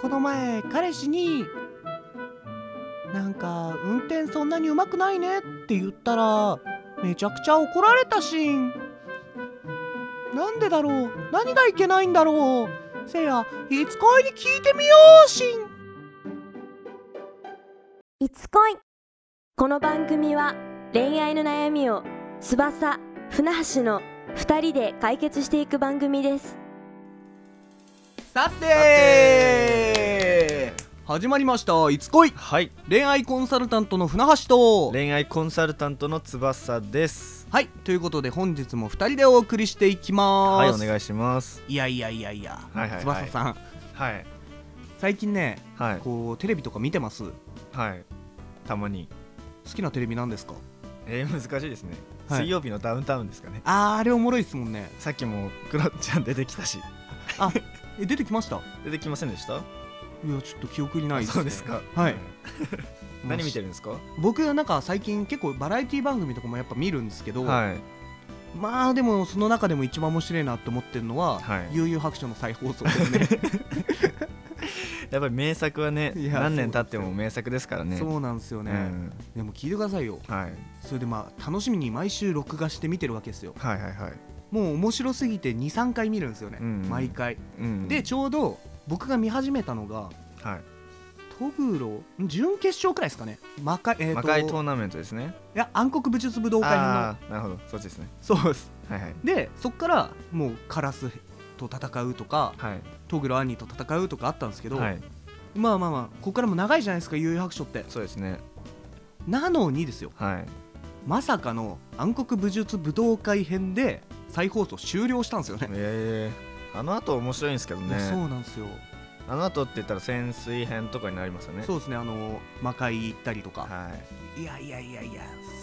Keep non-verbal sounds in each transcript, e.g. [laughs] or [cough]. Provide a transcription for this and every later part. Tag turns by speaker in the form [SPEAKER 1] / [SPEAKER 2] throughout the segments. [SPEAKER 1] この前彼氏に「なんか運転そんなにうまくないね」って言ったらめちゃくちゃ怒られたしんなんでだろう何がいけないんだろうせいやいつ恋に聞いてみようしん
[SPEAKER 2] いつ恋この番組は恋愛の悩みを翼船橋の2人で解決していく番組です
[SPEAKER 1] さ
[SPEAKER 3] て
[SPEAKER 1] 始まりました「いつ恋
[SPEAKER 3] はい」
[SPEAKER 1] 恋愛コンサルタントの船橋と
[SPEAKER 3] 恋愛コンサルタントの翼です
[SPEAKER 1] はいということで本日も2人でお送りしていきま
[SPEAKER 3] はい
[SPEAKER 1] す
[SPEAKER 3] お願いします
[SPEAKER 1] いやいやいやいや、
[SPEAKER 3] はいはいはい
[SPEAKER 1] 翼さん
[SPEAKER 3] はい
[SPEAKER 1] 最近ね
[SPEAKER 3] はい
[SPEAKER 1] こうテレビとか見てます好
[SPEAKER 3] はいたまに
[SPEAKER 1] きなテレビなんですか
[SPEAKER 3] えー、難しいですね、
[SPEAKER 1] はい
[SPEAKER 3] 水曜日のダウンタウンですかね
[SPEAKER 1] あーあれおもろいっすもんね
[SPEAKER 3] さっきもクロちゃん出てきたし
[SPEAKER 1] え出てきましたい
[SPEAKER 3] 出てきませんでした
[SPEAKER 1] やちょっと記憶にないです、ね、
[SPEAKER 3] そうですか
[SPEAKER 1] はい
[SPEAKER 3] 何見て
[SPEAKER 1] る
[SPEAKER 3] るんですか
[SPEAKER 1] 僕はなんか最近結構バラエティ番組とかもやっぱ見るんですけど、
[SPEAKER 3] はい
[SPEAKER 1] まあでもその中でも一番面白いなと思ってるのは、
[SPEAKER 3] はい
[SPEAKER 1] 悠々白書の再放送ですね
[SPEAKER 3] やっぱり名作はね
[SPEAKER 1] いや
[SPEAKER 3] 何年経っても名作です [laughs] からね
[SPEAKER 1] そうなんですよね、
[SPEAKER 3] うん
[SPEAKER 1] でも聞いてくださいよ
[SPEAKER 3] はい
[SPEAKER 1] それでまあ楽しみに毎週録画して見てるわけですよ
[SPEAKER 3] はいはいはい、
[SPEAKER 1] もう面白すぎて23回見るんですよね、
[SPEAKER 3] うんうん
[SPEAKER 1] 毎回
[SPEAKER 3] うん
[SPEAKER 1] でちょうど僕が見始めたのが
[SPEAKER 3] はい
[SPEAKER 1] トグロん準決勝くらいですかね魔界,、えーと
[SPEAKER 3] 魔界トーナメントですね
[SPEAKER 1] いや暗黒武術武道会編の
[SPEAKER 3] ああーなるほどそっちですね
[SPEAKER 1] そうです
[SPEAKER 3] はいはい
[SPEAKER 1] でそっからもうカラスと戦うとか
[SPEAKER 3] はい
[SPEAKER 1] トグロ兄と戦うとかあったんですけど、
[SPEAKER 3] はい
[SPEAKER 1] まあまあまあここからも長いじゃないですか幽遊白書って
[SPEAKER 3] そうですね
[SPEAKER 1] なのにですよ [laughs]
[SPEAKER 3] はい
[SPEAKER 1] まさかの暗黒武術武道会編で再放送終了したんですよね
[SPEAKER 3] ええあの後面白いんですけど
[SPEAKER 1] いやそ
[SPEAKER 3] ね
[SPEAKER 1] うなんですよ、
[SPEAKER 3] あの後って言ったら潜水編とかになりますよね
[SPEAKER 1] そうですねあの魔界行ったりとか、
[SPEAKER 3] はい
[SPEAKER 1] いやいやいやいや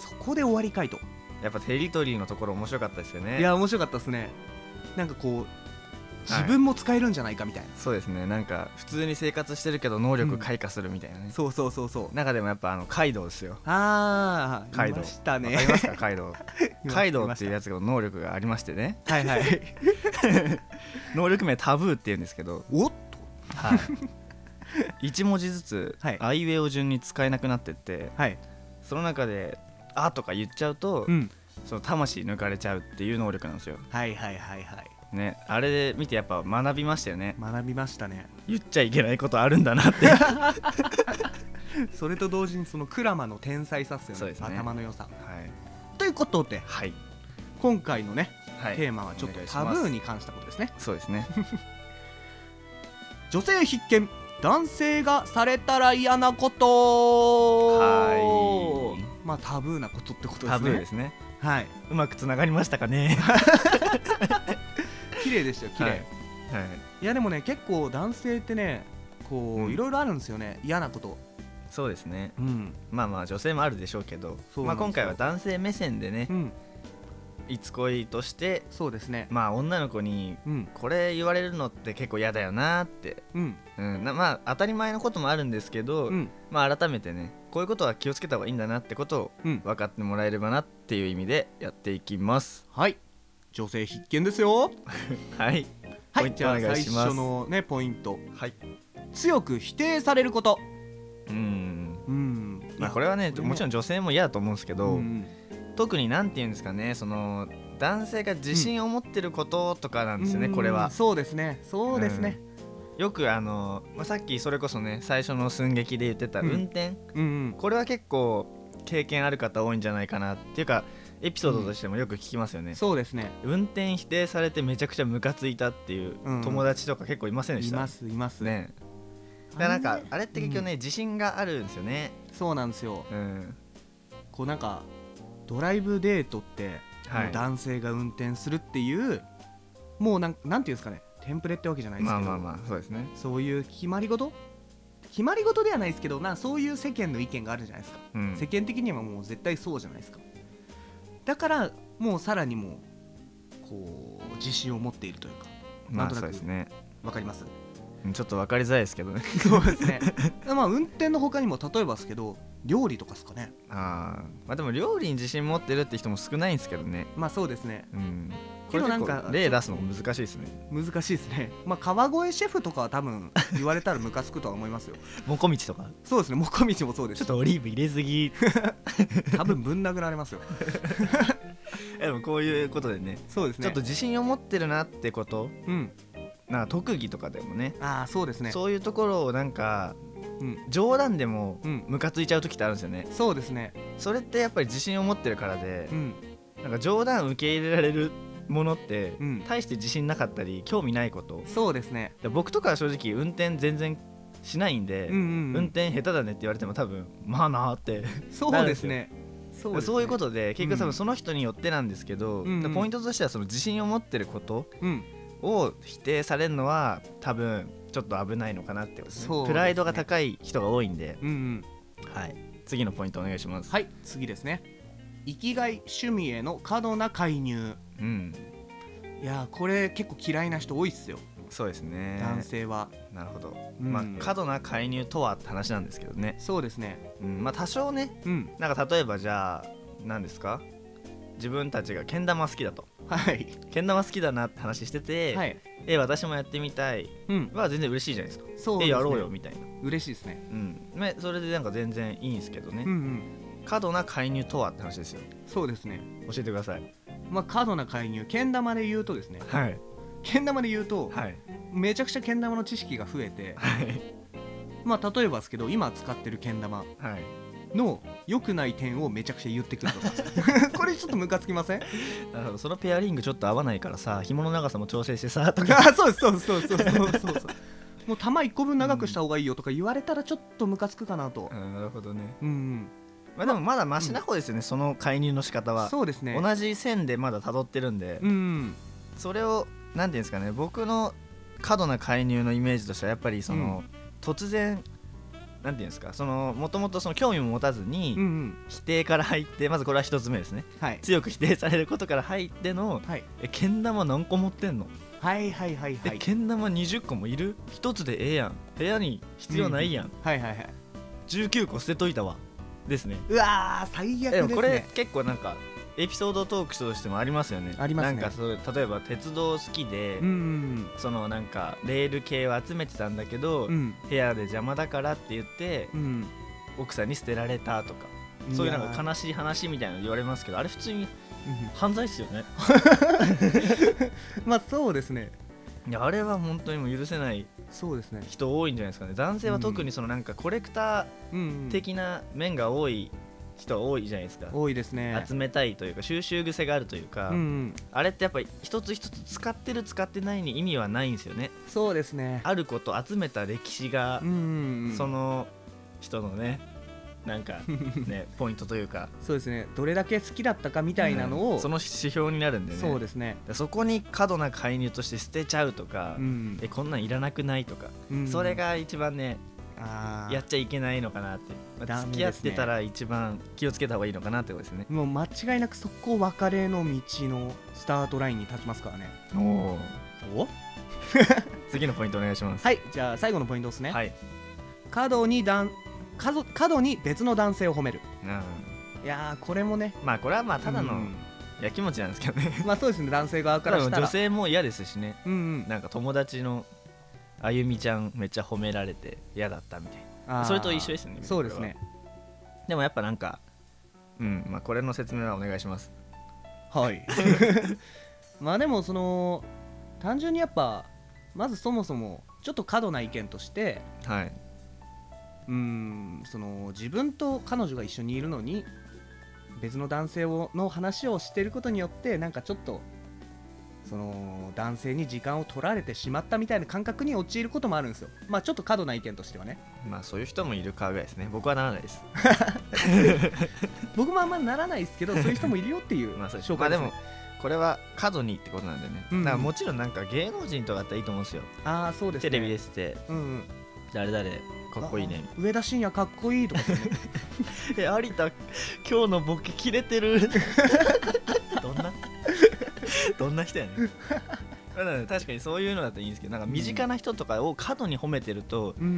[SPEAKER 1] そこで終わりかいと、
[SPEAKER 3] やっぱテリトリーのところ面白かったですよね
[SPEAKER 1] いや面白かったですねなんかこう自分も使えるんじゃないかみたいな、
[SPEAKER 3] そうですねなんか普通に生活してるけど能力開花するみたいなね、
[SPEAKER 1] そうそうそうそう
[SPEAKER 3] 中でもやっぱあのカイドウですよ
[SPEAKER 1] ああ
[SPEAKER 3] カイ
[SPEAKER 1] [laughs] い
[SPEAKER 3] ドウ
[SPEAKER 1] ました
[SPEAKER 3] わかり
[SPEAKER 1] ね
[SPEAKER 3] ますかカイドウカイドウっていう
[SPEAKER 1] や
[SPEAKER 3] やつが能力がありましてね
[SPEAKER 1] はいはい
[SPEAKER 3] 能力名タブーって言うんですけど
[SPEAKER 1] おっと
[SPEAKER 3] はい1文字ずつ
[SPEAKER 1] はい
[SPEAKER 3] あいうえお順に使えなくなってって
[SPEAKER 1] はい
[SPEAKER 3] その中で「あ」とか言っちゃうと、
[SPEAKER 1] うん
[SPEAKER 3] その魂抜かれちゃうっていう能力なんですよ
[SPEAKER 1] はいはいはいはい
[SPEAKER 3] ねあれで見てやっぱ学びましたよね
[SPEAKER 1] 学びましたね
[SPEAKER 3] 言っちゃいけないことあるん
[SPEAKER 1] [laughs]
[SPEAKER 3] だなっては
[SPEAKER 1] それと同時にそのクラマの天才さっすよ
[SPEAKER 3] そう
[SPEAKER 1] ね
[SPEAKER 3] ですね
[SPEAKER 1] 頭の良さ
[SPEAKER 3] い
[SPEAKER 1] ということで
[SPEAKER 3] はい、
[SPEAKER 1] 今回のね、
[SPEAKER 3] はい、
[SPEAKER 1] テーマはちょっとタブーに関したことですね
[SPEAKER 3] そうですね
[SPEAKER 1] 女性必見男性がされたら嫌なこと
[SPEAKER 3] はい
[SPEAKER 1] まあタブーなことってことですね
[SPEAKER 3] タブーですね
[SPEAKER 1] はいう
[SPEAKER 3] まくつながりましたかね
[SPEAKER 1] 綺麗でしたよ綺麗、
[SPEAKER 3] はいい、はい
[SPEAKER 1] やでもね結構男性ってねこう、
[SPEAKER 3] うん
[SPEAKER 1] いろいろあるんですよね嫌なこと
[SPEAKER 3] そうですね
[SPEAKER 1] うん
[SPEAKER 3] まあまあ女性もあるでしょうけど
[SPEAKER 1] そうな
[SPEAKER 3] ま
[SPEAKER 1] ん
[SPEAKER 3] あ
[SPEAKER 1] ですよ
[SPEAKER 3] 今回は男性目線でね
[SPEAKER 1] うん
[SPEAKER 3] いつ恋として
[SPEAKER 1] そうですね
[SPEAKER 3] まあ女の子に
[SPEAKER 1] うん
[SPEAKER 3] これ言われるのって結構嫌だよなって、
[SPEAKER 1] うん
[SPEAKER 3] うん、なまあ当たり前のこともあるんですけど、
[SPEAKER 1] うん
[SPEAKER 3] まあ改めてねこういうことは気をつけた方がいいんだなってことを
[SPEAKER 1] うん
[SPEAKER 3] 分かってもらえればなっていう意味でやっていきます
[SPEAKER 1] はい女性必見ですよ
[SPEAKER 3] はい
[SPEAKER 1] は
[SPEAKER 3] ポイ
[SPEAKER 1] い
[SPEAKER 3] ン
[SPEAKER 1] じ
[SPEAKER 3] トお
[SPEAKER 1] ゃあ
[SPEAKER 3] 願い
[SPEAKER 1] 最
[SPEAKER 3] します
[SPEAKER 1] 初のねポイント
[SPEAKER 3] はい
[SPEAKER 1] 強く否定されること
[SPEAKER 3] うん
[SPEAKER 1] うん
[SPEAKER 3] まあこれはね
[SPEAKER 1] これね
[SPEAKER 3] もちろん女性も嫌だと思うんですけど、
[SPEAKER 1] うん
[SPEAKER 3] 特になんて言うんですかねその男性が自信を持ってることとかなんですよね、
[SPEAKER 1] うん
[SPEAKER 3] これは
[SPEAKER 1] そうですねそうですね
[SPEAKER 3] よくあの、まあ、さっきそれこそね最初の寸劇で言ってた
[SPEAKER 1] うん
[SPEAKER 3] 運転、
[SPEAKER 1] うんうん
[SPEAKER 3] これは結構経験ある方多いんじゃないかなっていうかエピソードとしてもよく聞きますよね、
[SPEAKER 1] そうですね
[SPEAKER 3] 運転否定されてめちゃくちゃムカついたっていう
[SPEAKER 1] うん
[SPEAKER 3] 友達とか結構いませんで
[SPEAKER 1] い
[SPEAKER 3] した、
[SPEAKER 1] ますいます
[SPEAKER 3] ねだか
[SPEAKER 1] あ
[SPEAKER 3] らなんか
[SPEAKER 1] れね
[SPEAKER 3] あれって結局ね、自信があるんですよね
[SPEAKER 1] そうなんですよ
[SPEAKER 3] うん
[SPEAKER 1] こうなんかドライブデートって、
[SPEAKER 3] はい
[SPEAKER 1] もう男性が運転するっていうもうなんなんていうんですかねテンプレってわけじゃないです
[SPEAKER 3] ま
[SPEAKER 1] け
[SPEAKER 3] あ
[SPEAKER 1] ど、
[SPEAKER 3] まあまあそうですね
[SPEAKER 1] そういう決まり事決まり事ではないですけどなそういう世間の意見があるじゃないですか、
[SPEAKER 3] うん
[SPEAKER 1] 世間的にはもう絶対そうじゃないですかだからもうさらにもうこう自信を持っているというかな
[SPEAKER 3] ま
[SPEAKER 1] ん
[SPEAKER 3] あ
[SPEAKER 1] と
[SPEAKER 3] そ
[SPEAKER 1] な
[SPEAKER 3] う
[SPEAKER 1] く
[SPEAKER 3] ですね
[SPEAKER 1] わかり
[SPEAKER 3] [laughs]
[SPEAKER 1] ます
[SPEAKER 3] うんちょっと分かりづらいですけど [laughs] ね
[SPEAKER 1] そうですねまあ運転の他にも例えばですけど料理とかですかね
[SPEAKER 3] あーまあでも料理に自信持ってるって人も少ないんですけどね
[SPEAKER 1] まあそうですね
[SPEAKER 3] うんこ
[SPEAKER 1] け
[SPEAKER 3] れ
[SPEAKER 1] どなん
[SPEAKER 3] 結
[SPEAKER 1] か
[SPEAKER 3] 構例出すのも難しいですね
[SPEAKER 1] 難しいですね [laughs] まあ川越シェフとかは多分言われたらムカつくとは思い [laughs] ますよ
[SPEAKER 3] [laughs] もこみちとか
[SPEAKER 1] そうですねもこみちもそうです
[SPEAKER 3] ちょっとオリーブ入れすぎ
[SPEAKER 1] 多分ぶん殴られますよ
[SPEAKER 3] [laughs] でもこういうことでね
[SPEAKER 1] そうですね
[SPEAKER 3] ちょっと自信を持ってるなってこと
[SPEAKER 1] うん
[SPEAKER 3] なんか特技とかでもね
[SPEAKER 1] ああそうですね
[SPEAKER 3] そういうところをなんか、
[SPEAKER 1] うん
[SPEAKER 3] 冗談でも
[SPEAKER 1] うん
[SPEAKER 3] ムカついちゃう時ってあるんですよね
[SPEAKER 1] そうですね
[SPEAKER 3] それってやっぱり自信を持ってるからで
[SPEAKER 1] う、ん
[SPEAKER 3] なんか冗談受け入れられるものって、
[SPEAKER 1] うん
[SPEAKER 3] 大して自信なかったり興味ないこと
[SPEAKER 1] そうですね
[SPEAKER 3] で僕とかは正直運転全然しないんで、
[SPEAKER 1] うんうん、う
[SPEAKER 3] 運
[SPEAKER 1] ん、
[SPEAKER 3] 転下手だねって言われても多分まあなーって
[SPEAKER 1] そうですねそ
[SPEAKER 3] そうう,、
[SPEAKER 1] ですね
[SPEAKER 3] いうことで結局多
[SPEAKER 1] う
[SPEAKER 3] 分
[SPEAKER 1] ん
[SPEAKER 3] その人によってなんですけど、
[SPEAKER 1] うんうん
[SPEAKER 3] ポイントとしてはその自信を持ってること
[SPEAKER 1] うん
[SPEAKER 3] を否定されるのは多分ちょっと危ないのかなってことですね
[SPEAKER 1] そうですね
[SPEAKER 3] プライドが高い人が多いんで、
[SPEAKER 1] うんうん
[SPEAKER 3] はい、次のポイントお願いします、
[SPEAKER 1] はい次ですね生きがい趣味への過度な介入
[SPEAKER 3] うん
[SPEAKER 1] いやーこれ結構嫌いな人多いっすよ、
[SPEAKER 3] そうですね
[SPEAKER 1] 男性は、
[SPEAKER 3] なるほど、
[SPEAKER 1] うん
[SPEAKER 3] まあ過度な介入とはって話なんですけどね、
[SPEAKER 1] そうですね
[SPEAKER 3] うん、まあ多少ね
[SPEAKER 1] うん
[SPEAKER 3] なんか例えばじゃあ何ですか自分たちがけん玉好きだと
[SPEAKER 1] はい
[SPEAKER 3] けん玉好きだなって話してて、
[SPEAKER 1] はい
[SPEAKER 3] え私もやってみたい
[SPEAKER 1] うん
[SPEAKER 3] は全然嬉しいじゃないですか
[SPEAKER 1] そうで
[SPEAKER 3] え
[SPEAKER 1] すね
[SPEAKER 3] やろうよみたいな、
[SPEAKER 1] 嬉しいですね
[SPEAKER 3] うんまあそれでなんか全然いいんですけどね、
[SPEAKER 1] うんうん
[SPEAKER 3] 過度な介入とはって話ですよ
[SPEAKER 1] そうですね
[SPEAKER 3] 教えてください
[SPEAKER 1] まあ過度な介入けん玉で言うとですね
[SPEAKER 3] はい
[SPEAKER 1] けん玉で言うと、
[SPEAKER 3] はい
[SPEAKER 1] めちゃくちゃけん玉の知識が増えて
[SPEAKER 3] はい
[SPEAKER 1] まあ例えばですけど今使ってるけん玉
[SPEAKER 3] はい
[SPEAKER 1] の良くない点をめちゃくちゃ言ってくると [laughs] かこれちょっとムカつきません
[SPEAKER 3] なるほどそのペアリングちょっと合わないからさ紐の長さも調整してさと
[SPEAKER 1] [laughs] [laughs]
[SPEAKER 3] か
[SPEAKER 1] あそうですそうですそうですそうですそうですもう玉1個分長くした方がいいよとか言われたらちょっとムカつくかなと
[SPEAKER 3] うんなるほどね
[SPEAKER 1] うん、うん
[SPEAKER 3] まあでもまだマシな方ですよね、その介入の仕方は
[SPEAKER 1] そうですね
[SPEAKER 3] 同じ線でまだ辿ってるんで、
[SPEAKER 1] うん
[SPEAKER 3] それをなんていうんですかね僕の過度な介入のイメージとしてはやっぱりその、突然なんていうんですかそのもともとその興味も持たずに、
[SPEAKER 1] うんうん
[SPEAKER 3] 否定から入ってまずこれは一つ目ですね
[SPEAKER 1] はい
[SPEAKER 3] 強く否定されることから入っての
[SPEAKER 1] はい
[SPEAKER 3] えけん玉何個持ってんの、
[SPEAKER 1] はいはいはいは
[SPEAKER 3] え
[SPEAKER 1] い
[SPEAKER 3] けん玉20個もいる一つでええやん部屋に必要ないやん、
[SPEAKER 1] はいはいはい
[SPEAKER 3] 19個捨てといたわですね
[SPEAKER 1] うわー最悪
[SPEAKER 3] で
[SPEAKER 1] です
[SPEAKER 3] も
[SPEAKER 1] ね
[SPEAKER 3] これ結構なんかエピソードトークとしてもありますよね
[SPEAKER 1] ありますね
[SPEAKER 3] なんかそう例えば鉄道好きで、
[SPEAKER 1] うんうん
[SPEAKER 3] そのなんかレール系を集めてたんだけど、
[SPEAKER 1] うん
[SPEAKER 3] 部屋で邪魔だからって言って
[SPEAKER 1] うん
[SPEAKER 3] 奥さんに捨てられたとか
[SPEAKER 1] ん
[SPEAKER 3] そういうなんか悲しい話みたいなの言われますけどあれ普通に
[SPEAKER 1] うん
[SPEAKER 3] 犯罪っすよね
[SPEAKER 1] まあそうですね
[SPEAKER 3] いやあれは本当にもう許せない
[SPEAKER 1] そうですね
[SPEAKER 3] 人多いんじゃないですかね男性は特にそのなんかコレクタ
[SPEAKER 1] うんうん
[SPEAKER 3] ー的な面が多い人多いじゃないですか、
[SPEAKER 1] 多いですね
[SPEAKER 3] 集めたいというか収集癖があるというか、
[SPEAKER 1] うんうん
[SPEAKER 3] あれってやっぱり一つ一つ使ってる使ってないに意味はないんですよね
[SPEAKER 1] そうですね
[SPEAKER 3] あること集めた歴史が
[SPEAKER 1] うんうんうん
[SPEAKER 3] その人のねなんかねポイントというか
[SPEAKER 1] [laughs] そうですねどれだけ好きだったかみたいなのを、
[SPEAKER 3] うんその指標になるんでね
[SPEAKER 1] そうですね
[SPEAKER 3] でそこに過度な介入として捨てちゃうとか、
[SPEAKER 1] うん
[SPEAKER 3] えこんなんいらなくないとか、
[SPEAKER 1] うん
[SPEAKER 3] それが一番ね
[SPEAKER 1] あー
[SPEAKER 3] やっちゃいけないのかなって、まあ
[SPEAKER 1] ダメですね
[SPEAKER 3] 付き合ってたら一番気をつけた方がいいのかなってことですね
[SPEAKER 1] もう間違いなくそこ別れの道のスタートラインに立ちますからね
[SPEAKER 3] おお次のポイントお願いします
[SPEAKER 1] はいじゃあ最後のポイントですね、
[SPEAKER 3] はい、
[SPEAKER 1] 過度にだん過度過度に別の男性を褒める
[SPEAKER 3] うん
[SPEAKER 1] いやーこれもね
[SPEAKER 3] まあこれはまあただ
[SPEAKER 1] う
[SPEAKER 3] の
[SPEAKER 1] ん
[SPEAKER 3] やきもちなんですけどね
[SPEAKER 1] まあそうですね男性側か
[SPEAKER 3] から
[SPEAKER 1] らしたら
[SPEAKER 3] 女性も嫌ですしね
[SPEAKER 1] うんうん
[SPEAKER 3] なんか友達のあゆみちゃんめっちゃ褒められて嫌だったみたい
[SPEAKER 1] あ
[SPEAKER 3] な
[SPEAKER 1] ー
[SPEAKER 3] それと一緒ですね
[SPEAKER 1] そうですね
[SPEAKER 3] でもやっぱなんかうんまあこれの説明はお願いします
[SPEAKER 1] はい
[SPEAKER 3] [laughs]
[SPEAKER 1] まあでもその単純にやっぱまずそもそもちょっと過度な意見として
[SPEAKER 3] はい、
[SPEAKER 1] うーんその自分と彼女が一緒にいるのに別の男性をの話をしてることによってなんかちょっとその男性に時間を取られてしまったみたいな感覚に陥ることもあるんですよまあちょっと過度な意見としてはね
[SPEAKER 3] まあそういう人もいるかぐらいですね僕はならないです
[SPEAKER 1] 僕もあんまならないですけどそういう人もいるよっていう
[SPEAKER 3] まあそうです
[SPEAKER 1] [laughs] 紹
[SPEAKER 3] ま
[SPEAKER 1] 介で、
[SPEAKER 3] あですも
[SPEAKER 1] ね
[SPEAKER 3] これは過度にってことなんでね、
[SPEAKER 1] うんうん
[SPEAKER 3] だからもちろんなんか芸能人とかだったらいいと思うんですよ
[SPEAKER 1] ああそうですね
[SPEAKER 3] テレビ出てて
[SPEAKER 1] うんうん
[SPEAKER 3] 誰々かっこいいね
[SPEAKER 1] あ上田晋也かっこいいとか
[SPEAKER 3] [laughs]
[SPEAKER 1] ですね
[SPEAKER 3] え有田今日のボケ切れ
[SPEAKER 1] [laughs]
[SPEAKER 3] てるどんなどんな人やねんまあだから確かにそういうのだといいんですけどなんか身近な人とかを過度に褒めてると、
[SPEAKER 1] うんう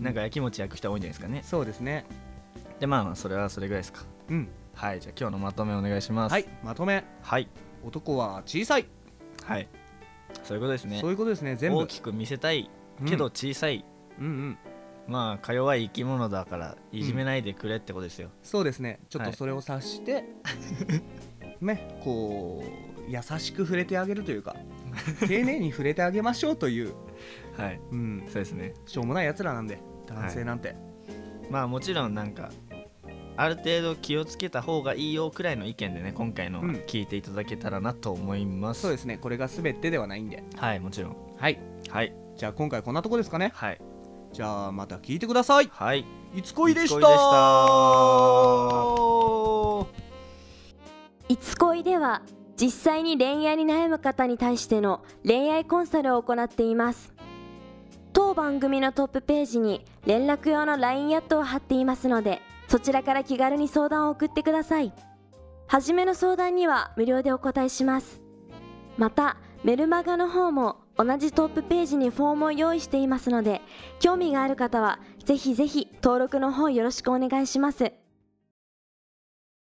[SPEAKER 1] ん
[SPEAKER 3] なんかやきもち焼く人多いんじゃないですかね
[SPEAKER 1] そうですね
[SPEAKER 3] でまあまあそれはそれぐらいですか
[SPEAKER 1] うん
[SPEAKER 3] はいじゃあ今日のまとめお願いします
[SPEAKER 1] はいまとめ
[SPEAKER 3] はい
[SPEAKER 1] 男は小さい
[SPEAKER 3] はいそういうことですね
[SPEAKER 1] そういうことですね全部
[SPEAKER 3] 大きく見せたいけど小さい、
[SPEAKER 1] うん、うんうん
[SPEAKER 3] まあか弱い生き物だからいじめないでくれってことですよ、
[SPEAKER 1] そうですねちょっ
[SPEAKER 3] は
[SPEAKER 1] と
[SPEAKER 3] い
[SPEAKER 1] それを察して、
[SPEAKER 3] [laughs]
[SPEAKER 1] ねこう優しく触れてあげると
[SPEAKER 3] [laughs]
[SPEAKER 1] いうか丁寧に触れてあげましょうという、
[SPEAKER 3] はい
[SPEAKER 1] うん、
[SPEAKER 3] そうですね
[SPEAKER 1] しょうもないやつらなんで男性なんて、
[SPEAKER 3] まあもちろんなんかある程度気をつけた方がいいよくらいの意見でね今回のは
[SPEAKER 1] うん
[SPEAKER 3] 聞いていただけたらなと思います、
[SPEAKER 1] そうですねこれが全てではないんで
[SPEAKER 3] はいもちろん
[SPEAKER 1] はい
[SPEAKER 3] はい
[SPEAKER 1] じゃあ今回こんなとこですかね
[SPEAKER 3] はい
[SPEAKER 1] じゃあまた聞いてください
[SPEAKER 3] はい
[SPEAKER 1] いつこいで
[SPEAKER 3] いつこ
[SPEAKER 1] し
[SPEAKER 3] い
[SPEAKER 1] た
[SPEAKER 3] でし
[SPEAKER 2] い
[SPEAKER 3] た
[SPEAKER 2] つ恋では実際に恋愛に悩む方に対しての恋愛コンサルを行っています当番組のトップページに連絡用の LINE アットを貼っていますのでそちらから気軽に相談を送ってください初めの相談には無料でお答えしますまたメルマガの方も同じトップページにフォームを用意していますので興味がある方はぜひぜひ登録の方よろしくお願いします